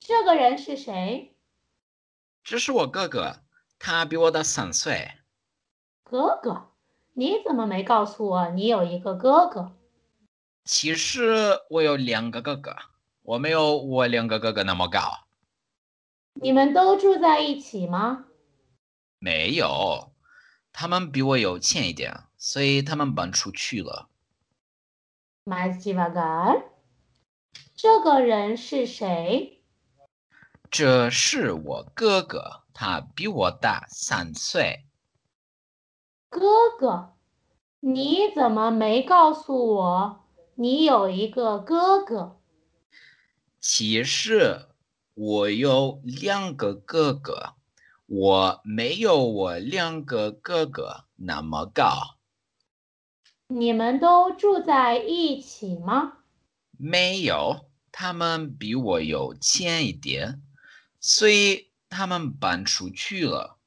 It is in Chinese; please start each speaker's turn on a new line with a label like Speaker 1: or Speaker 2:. Speaker 1: 这个人是谁？
Speaker 2: 这是我哥哥，他比我大三岁。
Speaker 1: 哥哥，你怎么没告诉我你有一个哥哥？
Speaker 2: 其实我有两个哥哥，我没有我两个哥哥那么高。
Speaker 1: 你们都住在一起吗？
Speaker 2: 没有，他们比我有钱一点，所以他们搬出去了。
Speaker 1: Mais devagar。这个人是谁？
Speaker 2: 这是我哥哥，他比我大三岁。
Speaker 1: 哥哥，你怎么没告诉我你有一个哥哥？
Speaker 2: 其实我有两个哥哥，我没有我两个哥哥那么高。
Speaker 1: 你们都住在一起吗？
Speaker 2: 没有，他们比我有钱一点，所以他们搬出去了。